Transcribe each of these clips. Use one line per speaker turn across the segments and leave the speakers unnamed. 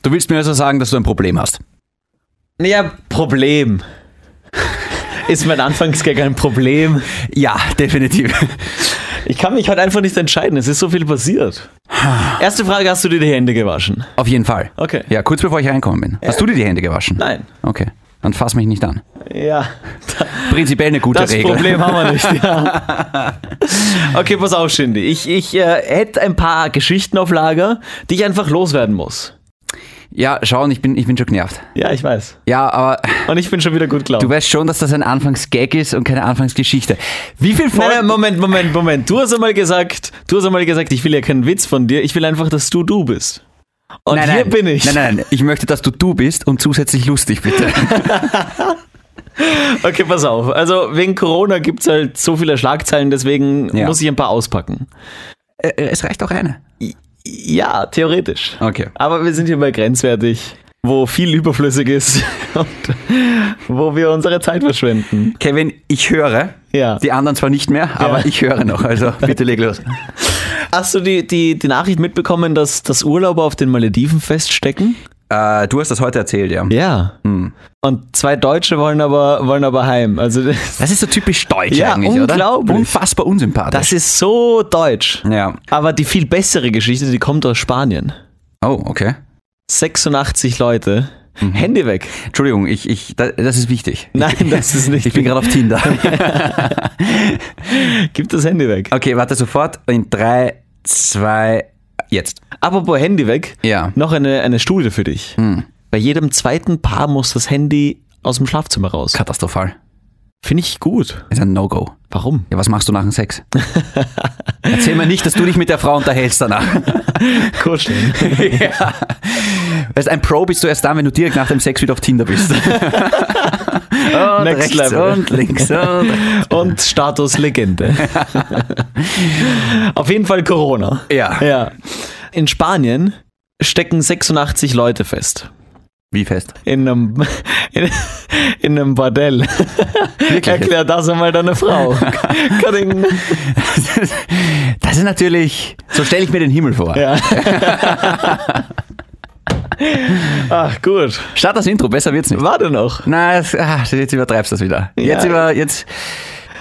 Du willst mir also sagen, dass du ein Problem hast.
Naja, Problem. Ist mein Anfangsgag ein Problem?
Ja, definitiv.
Ich kann mich heute einfach nicht entscheiden. Es ist so viel passiert. Erste Frage: Hast du dir die Hände gewaschen?
Auf jeden Fall.
Okay.
Ja, kurz bevor ich reinkommen bin. Hast du dir die Hände gewaschen?
Nein.
Okay. Dann fass mich nicht an.
Ja.
Prinzipiell eine gute
Das
Regel.
Problem haben wir nicht. Ja. Okay, pass auf, Shindy. Ich, ich äh, hätte ein paar Geschichten auf Lager, die ich einfach loswerden muss.
Ja, schau, ich bin, ich bin schon genervt.
Ja, ich weiß.
Ja, aber
Und ich bin schon wieder gut gelaufen.
du weißt schon, dass das ein Anfangsgag ist und keine Anfangsgeschichte. Wie viel
Nein, nein,
Folgen?
Moment, Moment, Moment. Du hast einmal gesagt, du hast einmal gesagt, ich will ja keinen Witz von dir. Ich will einfach, dass du du bist. Und
Nein,
hier
nein.
bin ich.
Nein, nein, nein. Ich möchte, dass du du bist und zusätzlich lustig, bitte.
Okay, pass auf. Also wegen Corona gibt es halt so viele Schlagzeilen, deswegen
Ja.
muss ich ein paar auspacken.
Äh, es reicht auch eine.
Ja, theoretisch.
Okay.
Aber wir sind hier bei grenzwertig, wo viel überflüssig ist und wo wir unsere Zeit verschwenden.
Kevin, ich höre.
Ja.
Die anderen zwar nicht mehr, aber ich höre noch. Also bitte leg los.
Hast du die, die, die Nachricht mitbekommen, dass, dass Urlauber auf den Malediven feststecken?
Äh, du hast das heute erzählt, ja.
Ja. Und zwei Deutsche wollen aber, wollen aber heim. Also das,
Das ist so typisch deutsch
Ja,
eigentlich, oder?
unglaublich.
Unfassbar unsympathisch.
das ist so deutsch.
ja.
Aber die viel bessere Geschichte, die kommt aus Spanien.
Oh, okay.
86 Leute. Handy weg.
Entschuldigung, ich, ich, da- das ist wichtig.
Nein, das ist nicht.
Ich bin gerade auf Tinder.
Gib das Handy weg.
Okay, warte sofort. In drei, zwei, jetzt.
Apropos Handy weg.
Ja. Hm.
Noch eine, eine Studie für dich. Bei jedem zweiten Paar muss das Handy aus dem Schlafzimmer raus.
Katastrophal.
Finde ich gut.
Ist ein No-Go.
Warum?
Ja, was machst du nach dem Sex? Erzähl mir nicht, dass du dich mit der Frau unterhältst danach.
Kuscheln.
ja. Weißt, ein Pro bist du erst dann, wenn du direkt nach dem Sex wieder auf Tinder bist. und
Next
rechts
level.
und links und...
Und Status Legende. Auf jeden Fall Corona.
Ja.
Ja. In Spanien stecken 86 Leute fest.
Wie fest?
In einem, in, in einem Bordell. Erklär das einmal deiner
Oh
Frau. Karin.
Das ist natürlich... So stelle ich mir den Himmel vor.
Ja. Ach, gut.
Start das Intro, besser wird's nicht.
War denn noch?
Na, es- ah, jetzt übertreibst du das wieder. Jetzt
Ja.
über, jetzt.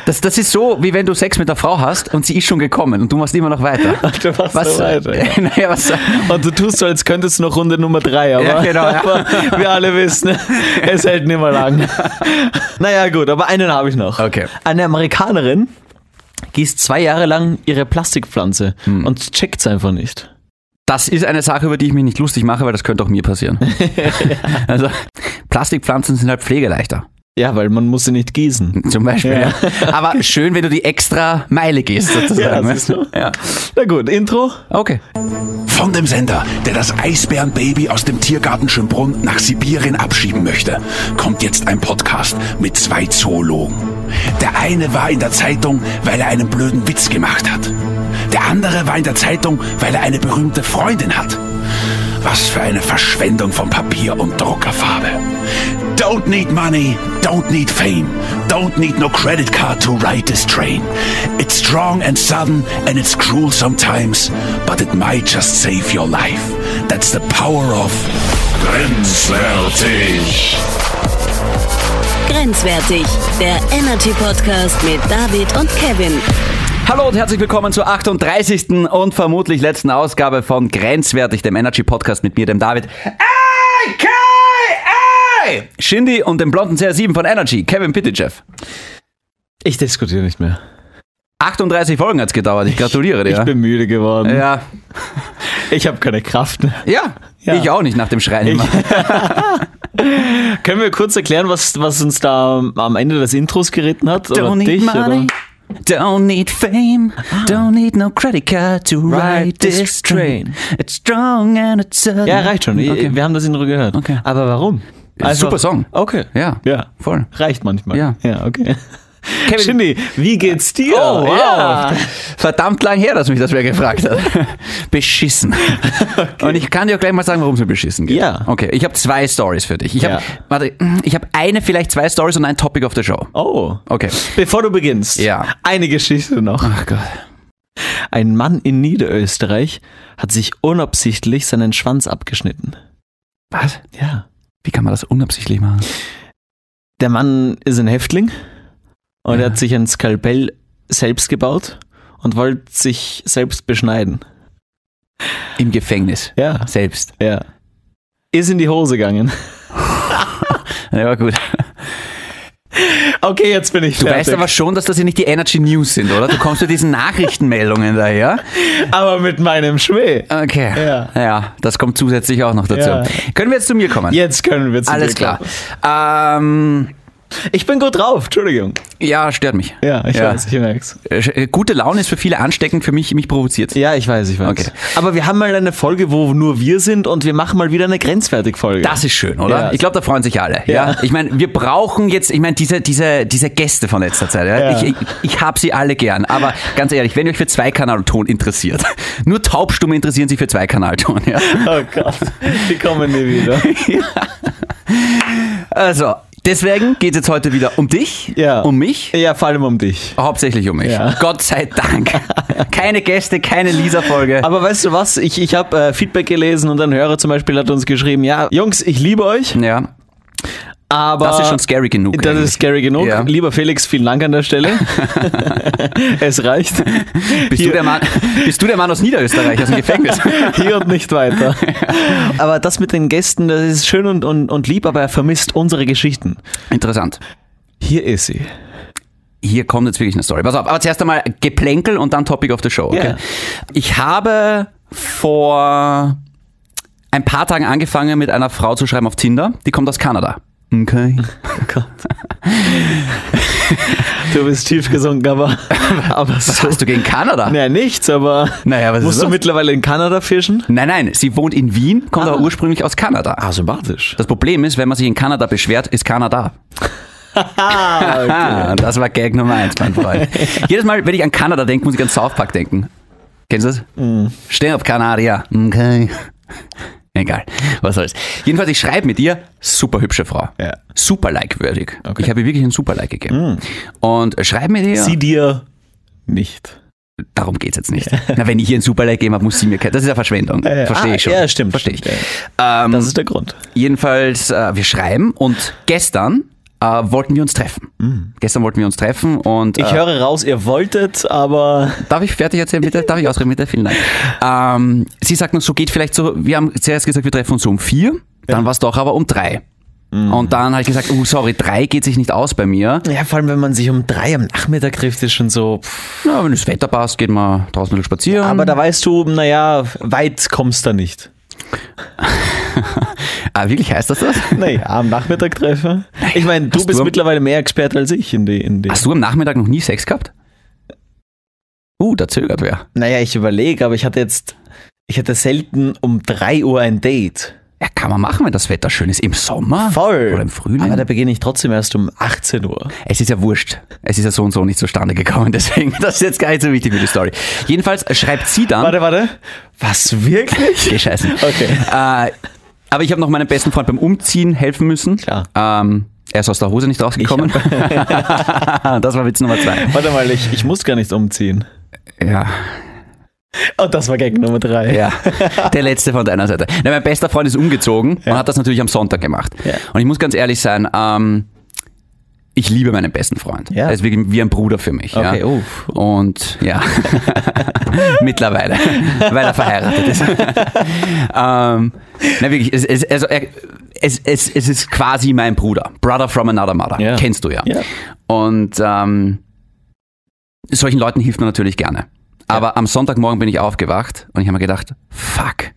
Das, das ist so, wie wenn du Sex mit der Frau hast und sie ist schon gekommen und du machst immer noch weiter.
Du machst so weiter. ja.
naja, was?
Und du tust so, als könntest du noch Runde Nummer 3, aber,
Ja, genau, ja.
aber wir alle wissen, es hält nicht mehr lang. Naja, gut, aber einen habe ich noch.
Okay.
Eine Amerikanerin gießt zwei Jahre lang ihre Plastikpflanze und checkt es einfach nicht.
Das ist eine Sache, über die ich mich nicht lustig mache, weil das könnte auch mir passieren. Also, Plastikpflanzen sind halt pflegeleichter.
Ja, weil man muss sie nicht gießen.
Zum Beispiel. Ja.
Ja.
Aber schön, wenn du die extra Meile gehst, sozusagen. ne?
Ja, siehst du.
ja.
Na gut, Intro.
Okay.
Von dem Sender, der das Eisbärenbaby aus dem Tiergarten Schönbrunn nach Sibirien abschieben möchte, kommt jetzt ein Podcast mit zwei Zoologen. Der eine war in der Zeitung, weil er einen blöden Witz gemacht hat. Der andere war in der Zeitung, weil er eine berühmte Freundin hat. Was für eine Verschwendung von Papier und Druckerfarbe. Don't need money, don't need fame, don't need no credit card to ride this train. It's strong and sudden and it's cruel sometimes, but it might just save your life. That's the power of Grenzwertig.
Grenzwertig, der Energy Podcast mit David und Kevin.
Hallo und herzlich willkommen zur 38. und vermutlich letzten Ausgabe von Grenzwertig, dem Energy Podcast mit mir, dem David. AKA! Shindy und dem blonden CR7 von Energy, Kevin Pitychev.
Ich diskutiere nicht mehr.
38 Folgen hat's gedauert, ich gratuliere dir.
Ich bin müde geworden.
ja.
Ich habe keine Kraft mehr.
Ja.
Ja.
ich auch nicht nach dem Schreien. immer.
Können wir kurz erklären, was, was uns da am Ende des Intros geritten hat? oder dich, Oder?
Don't need fame, don't need no credit card to
Ride this train.
It's strong and it's sudden.
Ja, reicht schon.
Okay.
Wir haben das Intro gehört.
Okay.
Aber warum? Also,
super Song.
Okay.
Ja.
Ja.
Voll.
Reicht manchmal.
Ja.
Ja, okay.
Kevin-
Shindy, wie geht's dir?
Oh, wow.
Ja.
Verdammt lang her, dass mich das wer gefragt hat. beschissen. Und ich kann dir auch gleich mal sagen, warum es mir beschissen geht.
Ja.
Okay, ich habe zwei Stories für dich. Ich habe,
Ja.
warte, ich habe eine, vielleicht zwei Stories und ein Topic of the Show.
Oh.
Okay.
Bevor du beginnst,
Ja.
eine Geschichte noch.
Ach Gott.
Ein Mann in Niederösterreich hat sich unabsichtlich seinen Schwanz abgeschnitten.
Was?
Ja.
Wie kann man das unabsichtlich machen?
Der Mann ist ein Häftling und er hat sich ein Skalpell selbst gebaut und wollte sich selbst beschneiden.
Im Gefängnis.
Ja.
Selbst.
Ja. Ist in die Hose gegangen.
Ja, war gut.
Okay, jetzt bin ich
Du
fertig.
weißt aber schon, dass das ja nicht die Energy News sind, oder? Du kommst mit diesen Nachrichtenmeldungen daher.
aber mit meinem Schmäh.
Okay.
Ja.
ja, das kommt zusätzlich auch noch dazu.
Ja.
Können wir jetzt zu mir kommen?
Jetzt können wir zu
Alles
dir
klar.
kommen.
Ähm,
Ich bin gut drauf, Entschuldigung.
ja, stört mich.
Ja, ich weiß, ich merk's.
Äh, Gute Laune ist für viele ansteckend, für mich mich provoziert.
Ja, ich weiß, ich weiß.
Okay.
Aber wir haben mal eine Folge, wo nur wir sind und wir machen mal wieder eine grenzwertig Folge.
Das ist schön, oder?
Ja.
Ich glaube, da freuen sich alle. Ja.
Ja.
Ich meine, wir brauchen jetzt, ich meine, diese, diese, diese Gäste von letzter Zeit. Ja?
Ja.
Ich, ich, ich habe sie alle gern. Aber ganz ehrlich, wenn ihr euch für Zweikanalton interessiert, nur Taubstumme interessieren sich für Zweikanalton. Ja?
Oh Gott, die kommen nie wieder.
Also, deswegen geht es jetzt heute wieder um dich,
Ja.
um mich.
Ja, vor allem um dich.
Hauptsächlich um mich.
Ja.
Gott sei Dank. Keine Gäste, keine Lisa-Folge.
Aber weißt du was? Ich, ich habe äh, Feedback gelesen und ein Hörer zum Beispiel hat uns geschrieben: Ja, Jungs, ich liebe euch,
Ja,
aber.
das ist schon scary genug.
Das ist
eigentlich.
scary genug.
Ja.
Lieber Felix, vielen Dank an der Stelle. es reicht.
Bist du,
Hier-
der Mann, bist du der Mann aus Niederösterreich, aus dem Gefängnis?
Hier und nicht weiter. Aber das mit den Gästen, das ist schön und, und, und lieb, aber er vermisst unsere Geschichten.
Interessant.
Hier ist sie.
Hier kommt jetzt wirklich eine Story. Pass auf, aber zuerst einmal Geplänkel und dann Topic of the Show. Okay?
Ja.
Ich habe vor ein paar Tagen angefangen, mit einer Frau zu schreiben auf Tinder. Die kommt aus Kanada. Okay.
Du bist tief gesunken, aber, aber
Was
so.
hast du gegen Kanada?
Naja, nichts, aber
Naja, was ist
musst du
das?
mittlerweile in Kanada fischen?
Nein, nein, sie wohnt in Wien, kommt
Ah.
aber ursprünglich aus Kanada.
Ah, sympathisch.
Das Problem ist, wenn man sich in Kanada beschwert, ist Kanada. Ah, das war Gag Nummer eins, mein Freund. Jedes Mal, wenn ich an Kanada denke, muss ich an South Park denken. Kennst du das?
Mm.
Stehen auf Kanadier. Okay. Egal, was soll's. Jedenfalls, ich schreibe mit ihr, super hübsche Frau.
Ja.
Super like-würdig.
Okay. Mm.
Ich habe ihr wirklich einen super like gegeben. Und schreibe mit ihr.
Sie dir nicht.
Darum geht's jetzt nicht. Na, wenn ich ihr einen super like gegeben habe, muss sie mir. kein- Das ist ja Verschwendung.
ja.
Verstehe
Ah,
ich schon.
ja, stimmt,
Verstehe ich.
stimmt,
Ähm,
Das ist der Grund.
Jedenfalls, äh, wir schreiben und gestern äh, wollten wir uns treffen.
Mm.
Gestern wollten wir uns treffen und
Ich
äh,
höre raus, ihr wolltet, aber
darf ich fertig erzählen bitte? Darf ich ausreden bitte? Vielen Dank. Ähm, sie sagt uns, so geht vielleicht so, wir haben zuerst gesagt, wir treffen uns so um vier, dann war es doch aber um drei.
Mhm.
Und dann habe ich gesagt, oh sorry, drei geht sich nicht aus bei mir.
ja, vor allem, wenn man sich um drei am Nachmittag trifft, ist schon so. Pff.
Na, wenn das Wetter passt, geht mal draußen ein bisschen spazieren.
Aber da weißt du, naja, weit kommst du nicht.
ah, wirklich heißt das das?
Naja, am Nachmittag treffen. Ich meine, du
Hast
bist
du-
mittlerweile mehr Experte als ich in die. In die.
Hast du am Nachmittag noch nie Sex gehabt? Uh, da zögert wer.
Naja, ich überlege, aber ich hatte jetzt, ich hatte selten um 3 Uhr ein Date.
Ja, kann man machen, wenn das Wetter schön ist. Im Sommer?
Voll.
Oder im Frühling?
Aber da beginne ich trotzdem erst um 18 Uhr.
Es ist ja wurscht. Es ist ja so und so nicht zustande gekommen, deswegen, das ist jetzt gar nicht so wichtig für die Story. Jedenfalls schreibt sie dann.
Warte, warte. Was wirklich?
Geh scheißen.
Okay.
Äh, aber ich habe noch meinem besten Freund beim Umziehen helfen müssen.
Klar.
Ähm, er ist aus der Hose nicht rausgekommen. das war Witz Nummer zwei.
Warte mal, ich, ich muss gar nicht umziehen.
Ja,
Und Oh, das war Gag Nummer 3.
ja. Der letzte von deiner Seite. Na, mein bester Freund ist umgezogen und hat das natürlich am Sonntag gemacht.
Ja.
Und ich muss ganz ehrlich sein, ähm, ich liebe meinen besten Freund.
Ja.
Er ist wirklich wie ein Bruder für mich.
Okay,
ja.
uff.
Und ja, mittlerweile, weil er verheiratet ist. ähm, na wirklich, es, es, also er, es, es, es ist quasi mein Bruder. Brother from another mother.
Ja.
Kennst du ja.
Ja.
Und ähm, solchen Leuten hilft man natürlich gerne. Aber am Sonntagmorgen bin ich aufgewacht und ich habe mir gedacht, fuck.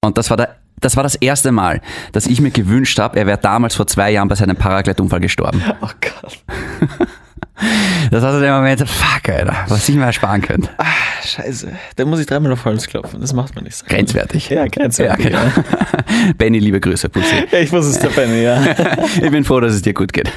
Und das war der das war das erste Mal, dass ich mir gewünscht habe, er wäre damals vor zwei Jahren bei seinem Paraglide-Unfall gestorben.
Oh Gott.
Das war so der Moment, fuck, Alter, was ich mir ersparen könnte.
Scheiße. Da muss ich dreimal auf Holz klopfen. Das macht man nicht.
Grenzwertig.
Ja, grenzwertig.
Ja, genau. Benny, liebe Grüße, Pussy.
Ja, ich muss es der Benny, ja.
Ich bin froh, dass es dir gut geht.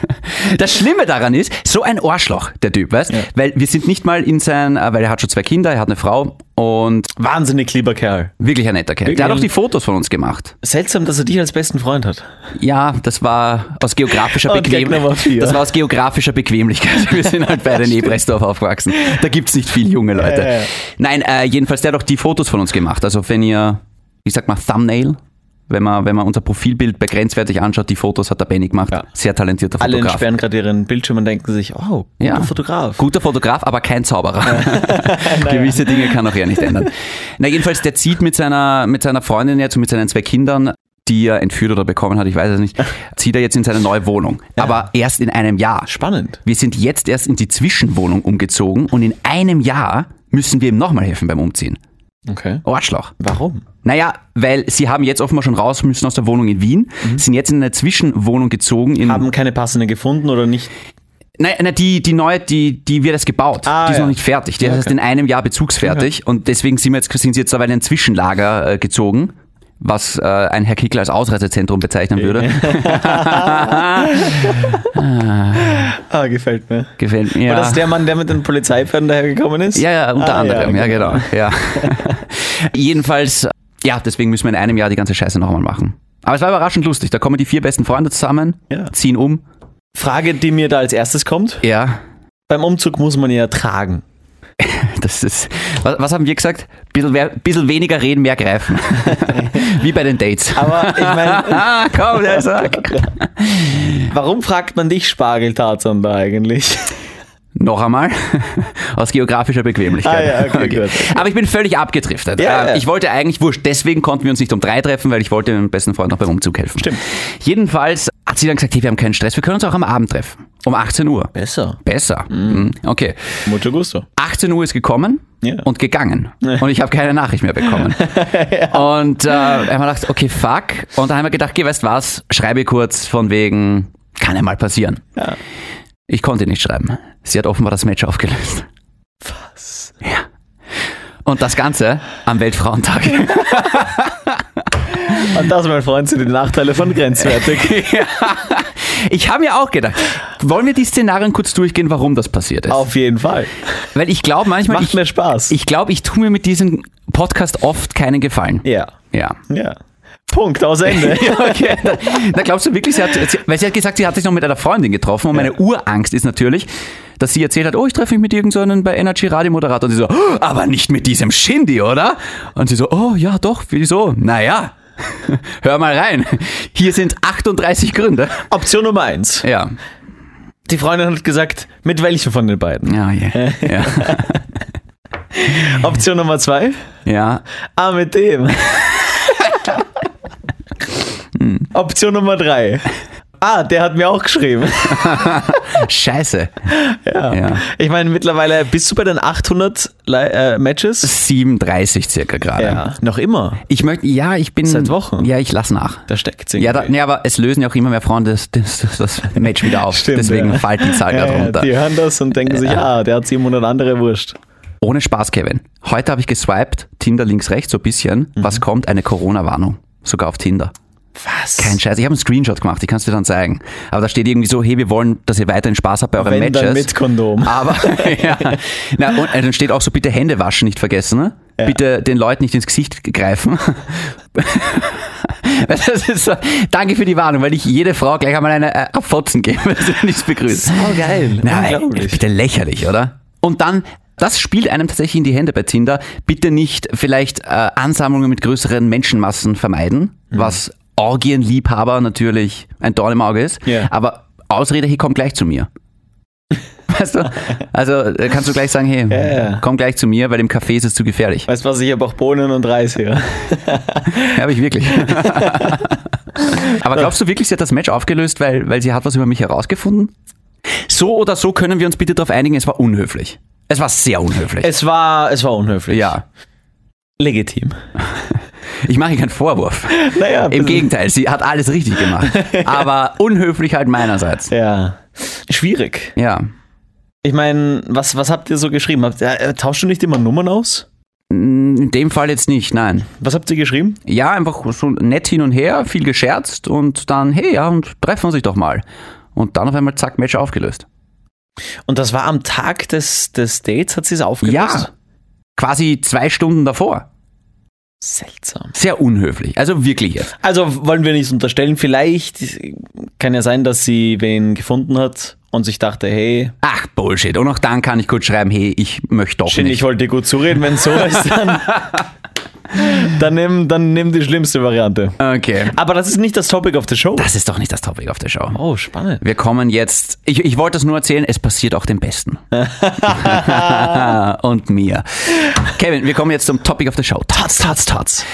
Das Schlimme daran ist, so ein Arschloch, der Typ, weißt? Weil wir sind nicht mal in sein, äh, weil er hat schon zwei Kinder, er hat eine Frau und
Wahnsinnig lieber Kerl.
wirklich ein netter Kerl. Der hat auch die Fotos von uns gemacht.
Seltsam, dass er dich als besten Freund hat.
Ja, das war aus geografischer
Und Gag Nummer
Bequemlichkeit.
vier.
Das war aus geografischer Bequemlichkeit. Wir sind halt beide in Ebrechtsdorf aufgewachsen. Da gibt's nicht viel junge Leute.
Ja, ja, ja.
Nein, äh, jedenfalls, der hat auch die Fotos von uns gemacht. Also wenn ihr, ich sag mal, Thumbnail Wenn man, wenn man unser Profilbild bei grenzwertig anschaut, die Fotos hat der Benny gemacht.
Ja.
Sehr talentierter
Alle
Fotograf.
entsperren gerade ihren Bildschirm und denken sich, oh, guter
Ja.
Fotograf.
Guter Fotograf, aber kein Zauberer. Gewisse Dinge kann auch er nicht ändern. Na, jedenfalls, der zieht mit seiner, mit seiner Freundin jetzt und mit seinen zwei Kindern, die er entführt oder bekommen hat, ich weiß es nicht, zieht er jetzt in seine neue Wohnung. Aber erst in einem Jahr.
Spannend.
Wir sind jetzt erst in die Zwischenwohnung umgezogen und in einem Jahr müssen wir ihm nochmal helfen beim Umziehen.
Okay.
Oh, Arschloch.
Warum?
Naja, weil sie haben jetzt offenbar schon raus müssen aus der Wohnung in Wien, sind jetzt in eine Zwischenwohnung gezogen. In,
Mhm. Haben keine passende gefunden oder nicht?
Nein, nein, die, die neue, die, die wird erst gebaut.
Ah,
die ist
ja.
noch nicht fertig. Die ist erst in einem Jahr bezugsfertig. Und deswegen sind, wir jetzt, sind sie jetzt dabei in ein Zwischenlager äh, gezogen, was äh, ein Herr Kickler als Ausreisezentrum bezeichnen würde.
Ah, gefällt mir.
Gefällt mir.
War
Ja.
das der Mann, der mit den Polizeipferden dahergekommen ist?
ja, ja, unter
Ah,
anderem. Ja,
okay.
genau. Ja. Jedenfalls, äh, ja, deswegen müssen wir in einem Jahr die ganze Scheiße nochmal machen. Aber es war überraschend lustig. Da kommen die vier besten Freunde zusammen,
Ja.
ziehen um.
Frage, die mir da als erstes kommt.
Ja,
Beim Umzug muss man ja tragen.
das ist. Was, was haben wir gesagt? Bisschen, wer- bisschen weniger reden, mehr greifen. Wie bei den Dates.
Aber ich meine,
Ah, komm, der Sack.
warum fragt man dich Spargel Tarzan da eigentlich?
Noch einmal. Aus geografischer Bequemlichkeit.
Ah, ja, okay, gut.
Aber ich bin völlig abgetriftet.
Ja,
Äh,
ja.
Ich wollte eigentlich, wurscht, deswegen konnten wir uns nicht um drei treffen, weil ich wollte meinem besten Freund noch beim Umzug helfen.
Stimmt.
Jedenfalls hat sie dann gesagt, hey, wir haben keinen Stress, wir können uns auch am Abend treffen. Um 18 Uhr.
Besser.
Besser. Mhm. Okay.
Mucho gusto.
18 Uhr ist gekommen
Ja.
und gegangen. Und ich habe keine Nachricht mehr bekommen. Und äh, haben wir gedacht, okay, fuck. Und dann haben wir gedacht, geh, weißt was, schreibe kurz von wegen, kann ja mal passieren.
Ja.
Ich konnte nicht schreiben. Sie hat offenbar das Match aufgelöst. Was? Ja. Und das Ganze am Weltfrauentag.
Und das, mein Freund, sind die Nachteile von grenzwertig.
Ich habe mir auch gedacht, wollen wir die Szenarien kurz durchgehen, warum das passiert ist?
Auf jeden Fall.
Weil ich glaube manchmal,
Macht
ich,
mir Spaß.
ich glaube, ich tue mir mit diesem Podcast oft keinen Gefallen.
ja.
ja.
Ja. Punkt, aus Ende.
Okay. Da, da glaubst du wirklich, sie hat, sie, weil sie hat gesagt, sie hat sich noch mit einer Freundin getroffen und meine Urangst ist natürlich, dass sie erzählt hat, oh, ich treffe mich mit irgendeinem bei Energy Radio Moderator und sie so, "Oh, aber nicht mit diesem Shindy, oder? Und sie so, oh ja, doch, wieso? Naja, hör mal rein. Hier sind 38 Gründe.
Option Nummer eins.
Ja,
Die Freundin hat gesagt, mit welchen von den beiden?
ja, ja. Ja,
Option Nummer zwei.
ja.
Ah, mit dem. Option Nummer drei. Ah, der hat mir auch geschrieben.
scheiße.
Ja.
Ja.
Ich meine, mittlerweile bist du bei den 800 Li- äh, Matches?
37 circa gerade.
Noch immer.
Ich möchte, ja, ich bin...
Seit Wochen.
Ja, ich lass nach.
Da steckt
Ja, da, nee, aber es lösen ja auch immer mehr Frauen das, das, das Match wieder auf.
Stimmt,
Deswegen
ja.
fällt die Zahl gerade runter.
Die hören das und denken sich, ah, der hat 700 andere Wurst.
Ohne Spaß, Kevin. Heute habe ich geswiped, Tinder links, rechts, so ein bisschen.
Mhm.
Was kommt? Eine Corona-Warnung. Sogar auf Tinder.
Was?
Kein Scheiß. Ich habe einen Screenshot gemacht, ich kann es dir dann zeigen. Aber da steht irgendwie so, hey, wir wollen, dass ihr weiterhin Spaß habt bei euren
Wenn,
Matches.
dann mit Kondom.
Aber ja. Na, und äh, dann steht auch so, bitte Hände waschen, nicht vergessen. Ne?
Ja.
Bitte den Leuten nicht ins Gesicht greifen. das ist so, danke für die Warnung, weil ich jede Frau gleich einmal eine äh, Abfotzen gebe, wenn sie nicht begrüßt.
Oh, geil.
Nein,
Unglaublich.
bitte lächerlich, oder? Und dann, das spielt einem tatsächlich in die Hände bei Tinder. Bitte nicht vielleicht äh, Ansammlungen mit größeren Menschenmassen vermeiden,
Mhm.
was Orgienliebhaber natürlich ein Dorn im Auge ist.
Ja.
Aber Ausrede, hey, komm gleich zu mir. Weißt du? Also äh, kannst du gleich sagen, hey,
Ja, ja.
komm gleich zu mir, weil im Café ist es zu gefährlich.
Weißt du was, ich habe auch Bohnen und Reis hier.
Habe ich wirklich. Aber glaubst du wirklich, sie hat das Match aufgelöst, weil, weil sie hat was über mich herausgefunden? So oder so können wir uns bitte darauf einigen, es war unhöflich. Es war sehr unhöflich.
Es war, es war unhöflich.
ja,
Legitim.
ich mache ihr keinen Vorwurf.
Naja,
Im
bisschen-
Gegenteil, sie hat alles richtig gemacht. Aber unhöflich halt meinerseits.
Ja. Schwierig.
Ja.
Ich meine, was, was habt ihr so geschrieben? Habt, äh, tauscht du nicht immer Nummern aus?
In dem Fall jetzt nicht, nein.
Was habt ihr geschrieben?
Ja, einfach so nett hin und her, viel gescherzt und dann, hey, ja, und treffen wir sich doch mal. Und dann auf einmal, zack, Match aufgelöst.
Und das war am Tag des, des Dates, hat sie es aufgelöst?
Ja. Quasi zwei Stunden davor.
Seltsam.
Sehr unhöflich. Also wirklich jetzt.
Also wollen wir nichts unterstellen. Vielleicht kann ja sein, dass sie wen gefunden hat und sich dachte, hey,
Ach, Bullshit. Und auch dann kann ich kurz schreiben, hey, ich möchte doch
Shin, ich
nicht.
wollte dir gut zureden, wenn es so ist. Dann. Dann nimm, dann nimm die schlimmste Variante.
Okay.
Aber das ist nicht das Topic of the Show.
Das ist doch nicht das Topic auf der Show.
Oh, spannend.
Wir kommen jetzt. Ich, ich wollte es nur erzählen, es passiert auch dem Besten. Und mir. Kevin, wir kommen jetzt zum Topic of the Show. Tats, tats, tats.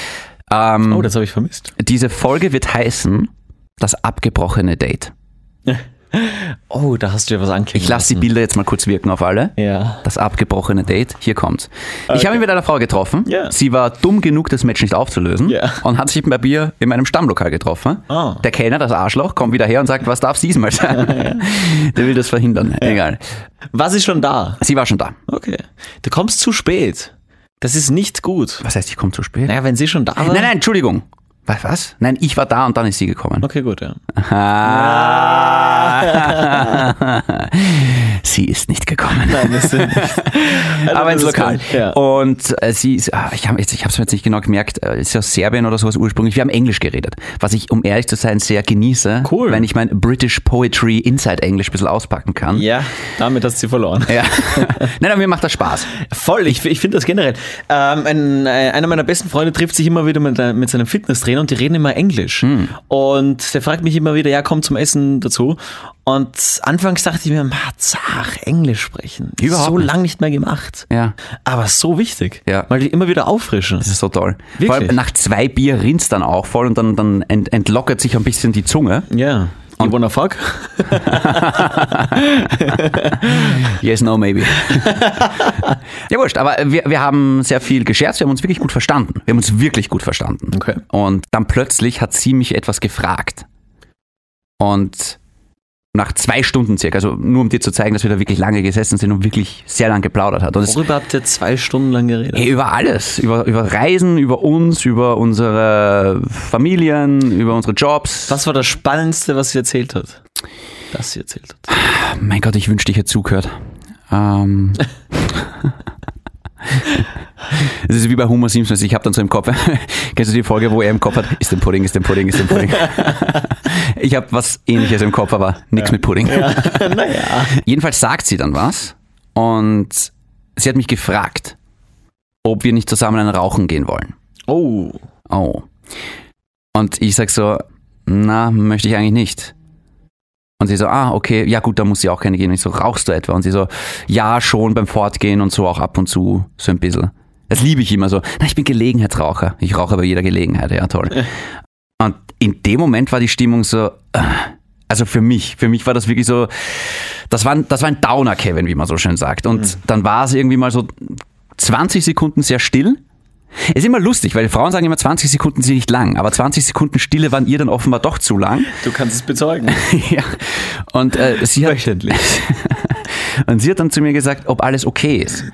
Ähm,
Oh, das habe ich vermisst.
Diese Folge wird heißen Das abgebrochene Date.
Oh, da hast du ja was angeklagt.
Ich lasse die Bilder jetzt mal kurz wirken auf alle.
Ja.
Das abgebrochene Date, hier kommt's. Ich habe mich mit einer Frau getroffen.
Ja.
Sie war dumm genug, das Match nicht aufzulösen
Ja.
und hat sich bei Bier in meinem Stammlokal getroffen.
Ah.
Der Kellner, das Arschloch, kommt wieder her und sagt, was darf's diesmal sein? Der will das verhindern. Egal.
Was ist schon da?
Sie war schon da.
Okay. Du kommst zu spät. Das ist nicht gut.
Was heißt, ich komme zu spät?
Naja, wenn sie schon da war.
Nein, nein, Entschuldigung. Was, was? Nein, ich war da und dann ist sie gekommen.
Okay, gut, ja.
Sie ist nicht gekommen.
Nein, das ist nicht.
aber ins
Also, das ist
Lokal.
gut, ja.
Und äh, sie ist, ah, ich habe es mir jetzt nicht genau gemerkt, äh, ist aus Serbien oder sowas ursprünglich. Wir haben Englisch geredet, was ich, um ehrlich zu sein, sehr genieße,
Cool.
wenn ich mein British Poetry Inside Englisch ein bisschen auspacken kann.
Ja, damit hast du sie verloren.
Ja. Nein, aber mir macht das Spaß.
Voll, ich, ich finde das generell. Ähm, ein, äh, einer meiner besten Freunde trifft sich immer wieder mit, äh, mit seinem Fitnesstrainer und die reden immer Englisch. Und der fragt mich immer wieder, ja, komm zum Essen dazu. Und anfangs dachte ich mir, ma, zach, Englisch sprechen.
Überhaupt
so
nicht.
lang nicht mehr gemacht.
Ja.
Aber so wichtig,
Ja.
weil die immer wieder auffrischen.
Das ist so toll. Vor
Wirklich?
allem nach zwei Bier rinnt's dann auch voll und dann, dann ent, entlockert sich ein bisschen die Zunge.
Ja. You wanna fuck?
Yes, no, maybe. ja, wurscht, aber wir, wir haben sehr viel gescherzt, wir haben uns wirklich gut verstanden. Wir haben uns wirklich gut verstanden.
Okay.
Und dann plötzlich hat sie mich etwas gefragt. Und nach zwei Stunden circa, also nur um dir zu zeigen, dass wir da wirklich lange gesessen sind und wirklich sehr lang geplaudert hat. Und es,
Worüber habt ihr zwei Stunden lang geredet?
hey, über alles, über, über Reisen, über uns, über unsere Familien, über unsere Jobs.
Was war das Spannendste, was sie erzählt hat? Das sie erzählt hat.
Mein Gott, ich wünschte, ich hätte zugehört. Ähm. Es ist wie bei Homer Simpson, ich habe dann so im Kopf, kennst du die Folge, wo er im Kopf hat, ist dem Pudding, ist dem Pudding, ist dem Pudding. Ich habe was ähnliches im Kopf, aber nichts mit Pudding.
naja.
Jedenfalls sagt sie dann was und sie hat mich gefragt, ob wir nicht zusammen einen Rauchen gehen wollen.
Oh.
Oh. Und ich sag so, na, möchte ich eigentlich nicht. Und sie so, ah, okay, ja gut, da muss sie auch keine gehen. Und ich so, rauchst du etwa? Und sie so, ja, schon beim Fortgehen und so auch ab und zu, so ein bisschen. Das liebe ich immer so. Na, ich bin Gelegenheitsraucher. Ich rauche bei jeder Gelegenheit, ja, toll. Und in dem Moment war die Stimmung so, äh, also für mich, für mich war das wirklich so, das war, ein- das war ein Downer, Kevin, wie man so schön sagt. Und dann war es irgendwie mal so 20 Sekunden sehr still. Ist immer lustig, weil Frauen sagen immer, 20 Sekunden sind nicht lang, aber 20 Sekunden Stille waren ihr dann offenbar doch zu lang.
Du kannst es bezeugen.
ja. Und äh, sie hat
Wöchentlich.
und sie hat dann zu mir gesagt, ob alles okay ist.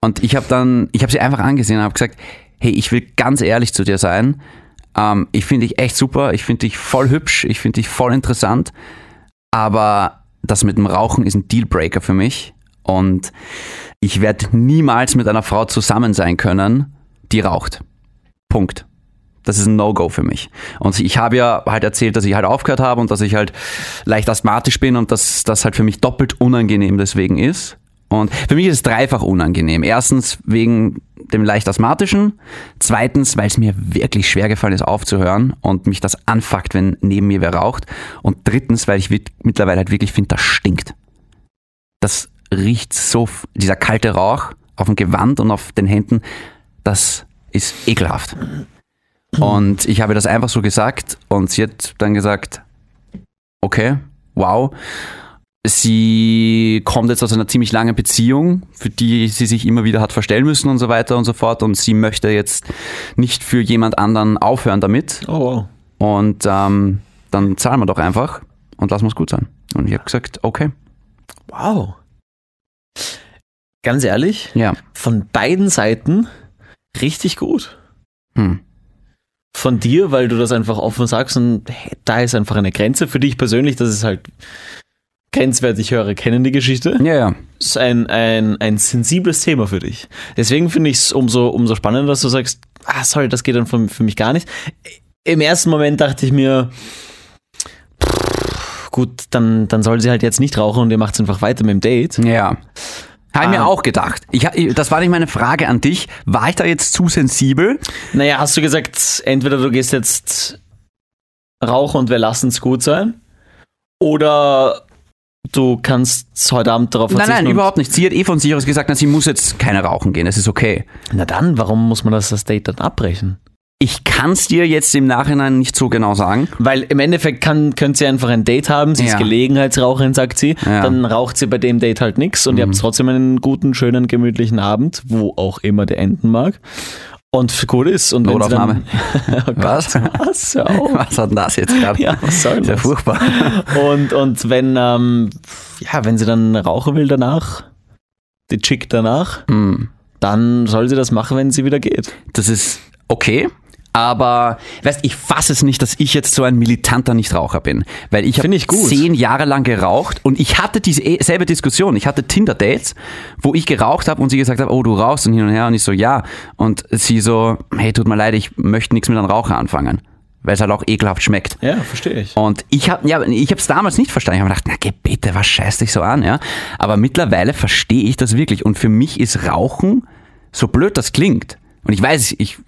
Und ich habe dann, ich habe sie einfach angesehen und habe gesagt, hey, ich will ganz ehrlich zu dir sein. Ähm, ich finde dich echt super, ich finde dich voll hübsch, ich finde dich voll interessant. Aber das mit dem Rauchen ist ein Dealbreaker für mich. Und ich werde niemals mit einer Frau zusammen sein können, die raucht. Punkt. Das ist ein No-Go für mich. Und ich habe ja halt erzählt, dass ich halt aufgehört habe und dass ich halt leicht asthmatisch bin und dass das halt für mich doppelt unangenehm deswegen ist. Und für mich ist es dreifach unangenehm. Erstens wegen dem leicht asthmatischen. Zweitens, weil es mir wirklich schwer gefallen ist, aufzuhören und mich das anfuckt, wenn neben mir wer raucht. Und drittens, weil ich wit- mittlerweile halt wirklich finde, das stinkt. Das riecht so, f- dieser kalte Rauch auf dem Gewand und auf den Händen, das ist ekelhaft. Und ich habe das einfach so gesagt und sie hat dann gesagt, okay, wow. Sie kommt jetzt aus einer ziemlich langen Beziehung, für die sie sich immer wieder hat verstellen müssen und so weiter und so fort. Und sie möchte jetzt nicht für jemand anderen aufhören damit.
Oh, wow.
Und ähm, dann zahlen wir doch einfach und lassen wir es gut sein. Und ich habe gesagt, okay.
Wow. Ganz ehrlich,
Ja.
von beiden Seiten richtig gut.
Hm.
Von dir, weil du das einfach offen sagst und hey, da ist einfach eine Grenze. Für dich persönlich, das ist halt grenzwertig höre, kennen die Geschichte.
Ja, ja.
Ist ein, ein, ein sensibles Thema für dich. Deswegen finde ich es umso, umso spannender, dass du sagst, ah, sorry, das geht dann für, für mich gar nicht. Im ersten Moment dachte ich mir, pff, gut, dann, dann soll sie halt jetzt nicht rauchen und ihr macht es einfach weiter mit dem Date.
Ja. Habe ich mir auch gedacht. Ich, ha- ich- das war nicht meine Frage an dich. War ich da jetzt zu sensibel?
Naja, hast du gesagt, entweder du gehst jetzt rauchen und wir lassen es gut sein, oder du kannst heute Abend darauf
Nein,
verzichten.
nein,
und-
überhaupt nicht. Sie hat eh von sich aus gesagt, na, sie muss jetzt keine rauchen gehen. Es ist okay.
Na dann, warum muss man das, das Date dann abbrechen?
Ich kann es dir jetzt im Nachhinein nicht so genau sagen.
Weil im Endeffekt kann, könnt ihr einfach ein Date haben, sie
Ja.
ist Gelegenheitsraucherin, sagt sie,
Ja. Mhm.
dann raucht sie bei dem Date halt nichts und ihr habt trotzdem einen guten, schönen, gemütlichen Abend, wo auch immer der enden mag. Und gut ist. Und wenn sie dann- oh Gott,
Was?
was? Hör auf.
Was hat denn das jetzt gerade?
Ja, was soll
Sehr
das?
furchtbar.
Und, und wenn, ähm, ja, wenn sie dann rauchen will danach, die Chick danach,
Hm.
dann soll sie das machen, wenn sie wieder geht.
Das ist okay. Aber weißt, ich fasse es nicht, dass ich jetzt so ein militanter Nichtraucher bin. Weil ich
Finde
habe
ich gut.
zehn Jahre lang geraucht und ich hatte dieselbe Diskussion. Ich hatte Tinder-Dates, wo ich geraucht habe und sie gesagt hat, oh, du rauchst und hin und her. Und ich so, ja. Und sie so, hey, tut mir leid, ich möchte nichts mit einem Raucher anfangen. Weil es halt auch ekelhaft schmeckt.
Ja, verstehe ich.
Und ich habe ja, ich hab's damals nicht verstanden. Ich habe gedacht, na geh bitte, was scheiß dich so an, ja? Aber mittlerweile verstehe ich das wirklich. Und für mich ist Rauchen, so blöd das klingt, und ich weiß, ich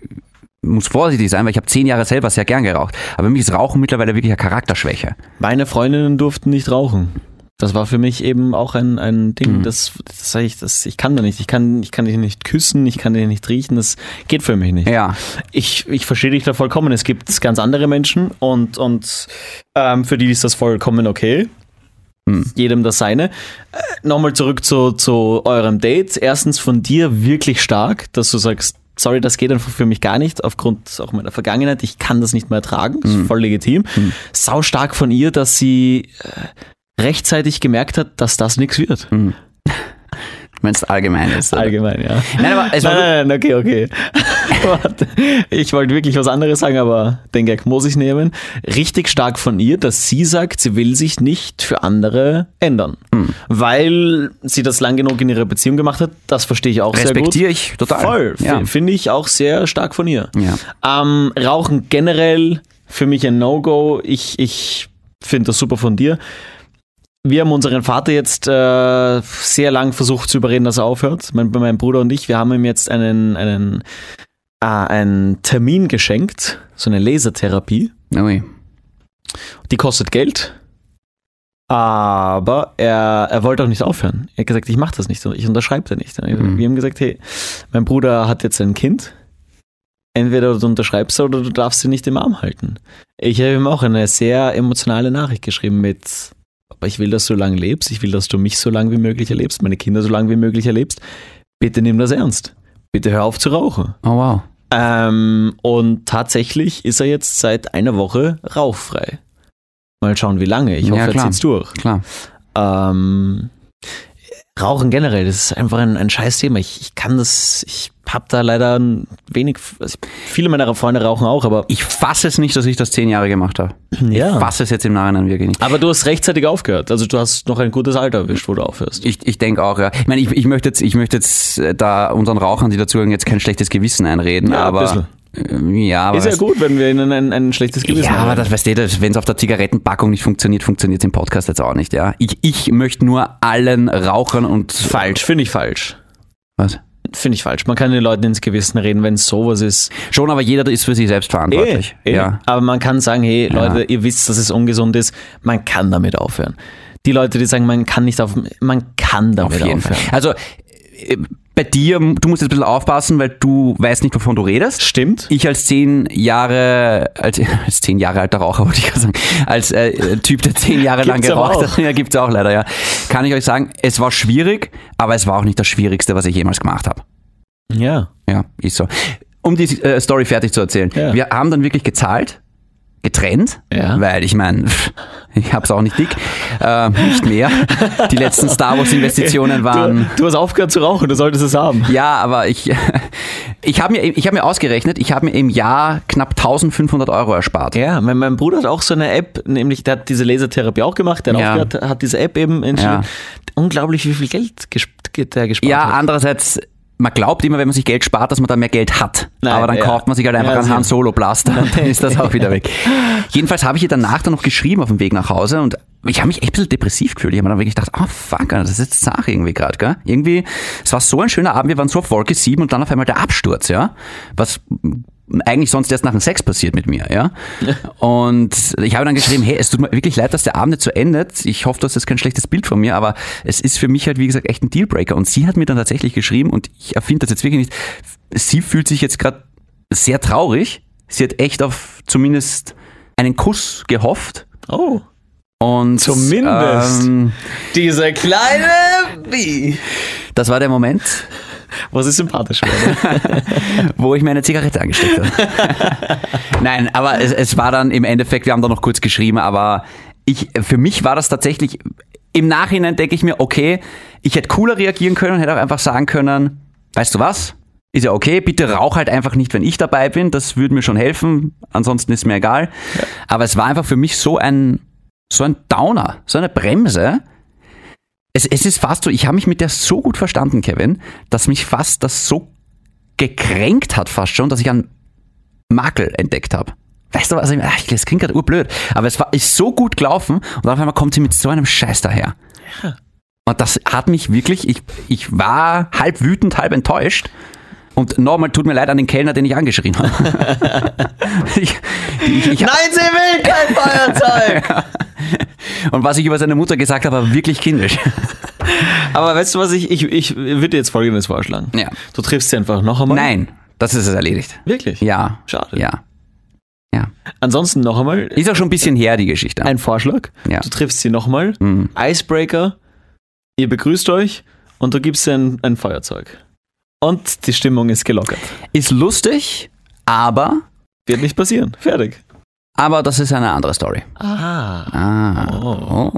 muss vorsichtig sein, weil ich habe zehn Jahre selber sehr gern geraucht. Aber für mich ist Rauchen mittlerweile wirklich eine Charakterschwäche.
Meine Freundinnen durften nicht rauchen. Das war für mich eben auch ein, ein Ding, das, das sag ich, das, ich kann da nicht. Ich kann, ich kann dich nicht küssen, ich kann dich nicht riechen, das geht für mich nicht.
Ja.
Ich, ich verstehe dich da vollkommen. Es gibt ganz andere Menschen und, und ähm, für die ist das vollkommen okay. Jedem das seine. Äh, Nochmal zurück zu, zu eurem Date. Erstens von dir wirklich stark, dass du sagst, sorry, das geht einfach für mich gar nicht, aufgrund auch meiner Vergangenheit. Ich kann das nicht mehr ertragen. Das ist voll legitim. Sau stark von ihr, dass sie äh, rechtzeitig gemerkt hat, dass das nichts wird.
Wenn es allgemein ist. oder?
Allgemein, ja.
Nein, aber es war gut.
Nein, nein, nein, okay, okay. Warte. ich wollte wirklich was anderes sagen, aber den Gag muss ich nehmen. Richtig stark von ihr, dass sie sagt, sie will sich nicht für andere ändern.
Hm.
Weil sie das lang genug in ihrer Beziehung gemacht hat, das verstehe ich auch sehr
Respektiere
gut.
ich total.
Voll,
Ja.
F- finde ich auch sehr stark von ihr.
Ja.
Ähm, Rauchen generell für mich ein No-Go. Ich, ich finde das super von dir. Wir haben unseren Vater jetzt äh, sehr lang versucht zu überreden, dass er aufhört. Mein, mein Bruder und ich, wir haben ihm jetzt einen, einen, äh, einen Termin geschenkt, so eine Lasertherapie.
Ui.
Die kostet Geld. Aber er, er wollte auch nicht aufhören. Er hat gesagt, ich mache das nicht, ich unterschreibe da nicht. Wir haben gesagt, hey, mein Bruder hat jetzt ein Kind. Entweder du unterschreibst oder du darfst sie nicht im Arm halten. Ich habe ihm auch eine sehr emotionale Nachricht geschrieben mit, aber ich will, dass du lange lebst, ich will, dass du mich so lange wie möglich erlebst, meine Kinder so lange wie möglich erlebst. Bitte nimm das ernst. Bitte hör auf zu rauchen.
Oh wow.
Ähm, und tatsächlich ist er jetzt seit einer Woche rauchfrei. Mal schauen, wie lange. Ich
Ja,
hoffe, er
klar.
zieht's durch.
Klar.
Ähm, Rauchen generell, das ist einfach ein, ein scheiß Thema. Ich, ich kann das, ich hab da leider ein wenig, also viele meiner Freunde rauchen auch, aber
Ich fasse es nicht, dass ich das zehn Jahre gemacht habe.
ja.
Ich fasse es jetzt im Nachhinein wirklich nicht.
Aber du hast rechtzeitig aufgehört. Also du hast noch ein gutes Alter erwischt, wo du aufhörst.
Ich, ich denke auch, ja. Ich meine, ich, ich möchte jetzt, ich möchte jetzt äh, da unseren Rauchern, die dazugehören, jetzt kein schlechtes Gewissen einreden,
Ja, ein
aber. ähm, Ja, aber.
ist ja
weißt-
gut, wenn wir ihnen ein, ein schlechtes Gewissen
Ja,
haben.
aber das weißt du, wenn es auf der Zigarettenpackung nicht funktioniert, funktioniert es im Podcast jetzt auch nicht, ja. Ich, ich möchte nur allen Rauchern und.
falsch, finde ich falsch.
Was?
Finde ich falsch. Man kann den Leuten ins Gewissen reden, wenn es sowas ist.
Schon, aber jeder ist für sich selbst verantwortlich.
Eh, eh.
Ja.
Aber man kann sagen, hey Leute, ihr wisst, dass es ungesund ist, man kann damit aufhören. Die Leute, die sagen, man kann nicht auf, man kann
Auf
damit
jeden
aufhören.
Fall. Also, äh, bei dir, du musst jetzt ein bisschen aufpassen, weil du weißt nicht, wovon du redest.
Stimmt?
Ich als zehn Jahre, als, als zehn Jahre alter Raucher, wollte ich gerade sagen, als äh, äh, Typ, der zehn Jahre lang
Gibt's aber
geraucht
auch.
hat, ja, gibt's auch leider, ja, kann ich euch sagen, es war schwierig, aber es war auch nicht das Schwierigste, was ich jemals gemacht habe.
Ja.
Ja, ist so. Um die äh, Story fertig zu erzählen.
Ja.
Wir haben dann wirklich gezahlt, getrennt,
Ja.
weil ich meine, ich hab's auch nicht dick, äh, nicht mehr. Die letzten Star Wars Investitionen waren...
Du, du hast aufgehört zu rauchen, du solltest es haben.
Ja, aber ich, ich habe mir, ich hab mir ausgerechnet, ich habe mir im Jahr knapp 1500 Euro erspart.
Ja, mein, mein Bruder hat auch so eine App, nämlich der hat diese Lasertherapie auch gemacht, der hat
Ja.
aufgehört, hat diese App eben
Ja.
entschieden. Unglaublich, wie viel Geld halt. ges- der gespart
Ja,
hat.
andererseits man glaubt immer, wenn man sich Geld spart, dass man dann mehr Geld hat.
Nein,
Aber dann
ja.
kauft man sich halt einfach
Ja,
einen
sicher.
Han Solo Blaster und dann ist das auch wieder weg. Jedenfalls habe ich ihr danach dann noch geschrieben auf dem Weg nach Hause und ich habe mich echt ein bisschen depressiv gefühlt. Ich habe mir dann wirklich gedacht, ah fuck, Alter, das ist jetzt Sache irgendwie gerade, gell? Irgendwie, es war so ein schöner Abend, wir waren so auf Wolke 7 und dann auf einmal der Absturz, ja? Was eigentlich sonst erst nach dem Sex passiert mit mir, ja? Und ich habe dann geschrieben, hey, es tut mir wirklich leid, dass der Abend nicht so endet. Ich hoffe, du hast jetzt kein schlechtes Bild von mir, aber es ist für mich halt, wie gesagt, echt ein Dealbreaker. Und sie hat mir dann tatsächlich geschrieben, und ich erfinde das jetzt wirklich nicht, sie fühlt sich jetzt gerade sehr traurig. Sie hat echt auf zumindest einen Kuss gehofft.
Oh.
Und,
Zumindest.
Ähm,
Diese kleine Bi.
das war der Moment,
Was ist sympathisch geworden?
wo ich mir eine Zigarette angesteckt habe. Nein, aber es, es war dann im Endeffekt, wir haben da noch kurz geschrieben, aber ich, für mich war das tatsächlich, im Nachhinein denke ich mir, okay, ich hätte cooler reagieren können und hätte auch einfach sagen können, weißt du was? Ist ja okay, bitte rauch halt einfach nicht, wenn ich dabei bin. Das würde mir schon helfen. Ansonsten ist mir egal. Aber es war einfach für mich so ein, so ein Downer, so eine Bremse. Es, es ist fast so, ich habe mich mit der so gut verstanden, Kevin, dass mich fast das so gekränkt hat fast schon, dass ich einen Makel entdeckt habe. Weißt du was? ich- ach, Das klingt gerade urblöd, aber es war ist so gut gelaufen und auf einmal kommt sie mit so einem Scheiß daher. Und das hat mich wirklich, ich, ich war halb wütend, halb enttäuscht. Und nochmal tut mir leid an den Kellner, den ich angeschrien habe. ich, ich, ich,
Nein, sie will kein Feuerzeug!
und was ich über seine Mutter gesagt habe, war wirklich kindisch.
Aber weißt du was, ich, ich, ich würde dir jetzt folgendes vorschlagen.
Ja.
Du triffst sie einfach noch einmal.
Nein, das ist es erledigt.
Wirklich?
Ja.
Schade.
Ja. Ja.
Ansonsten noch einmal
Ist auch schon ein bisschen her, die Geschichte. Mhm.
ein Vorschlag.
Ja.
Du triffst sie nochmal. Icebreaker. Ihr begrüßt euch und du gibst ihr ein, ein Feuerzeug. Und die Stimmung ist gelockert.
Ist lustig, aber
Wird nicht passieren. Fertig.
Aber das ist eine andere Story.
Ah.
Ah. Oh.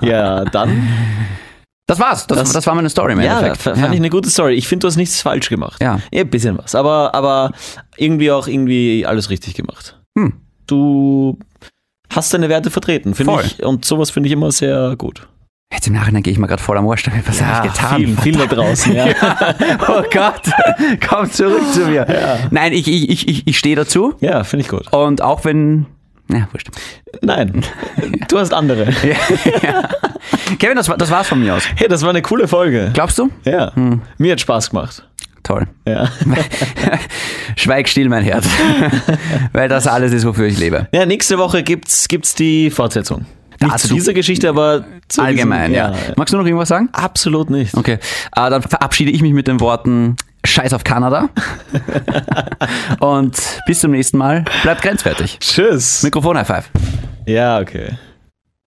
Ja, dann.
Das war's. Das, das,
Das-
war meine Story im
Ja,
Endeffekt.
fa- fand ich eine gute Story. Ich finde, du hast nichts falsch gemacht.
Ja.
Ja, ein bisschen was. Aber, aber irgendwie auch irgendwie alles richtig gemacht.
Hm.
Du hast deine Werte vertreten, finde
Voll.
ich. Und sowas finde ich immer sehr gut.
Jetzt im Nachhinein gehe ich mal gerade voll am Arsch. damit. Was habe ich getan?
Vielen, vielen da draußen, ja.
Oh Gott, komm zurück zu mir. Nein, ich, ich, ich, ich, ich stehe dazu.
Ja, finde ich gut.
Und auch wenn... Ja, wurscht.
Nein, du hast andere.
Kevin, das, war- das war's von mir aus.
Hey, das war eine coole Folge.
Glaubst du?
Ja,
Hm.
mir hat Spaß gemacht.
Toll.
Ja.
Schweig still, mein Herz. Weil das alles ist, wofür ich lebe.
ja, nächste Woche gibt's, gibt's die Fortsetzung. Nicht
Dazu-
zu dieser Geschichte, aber zu
Allgemein,
diesem,
ja. Magst du noch irgendwas sagen?
Absolut nicht.
Okay, äh, dann verabschiede ich mich mit den Worten Scheiß auf Kanada. Und bis zum nächsten Mal. Bleibt grenzwertig.
Tschüss.
Mikrofon High Five.
Ja, okay.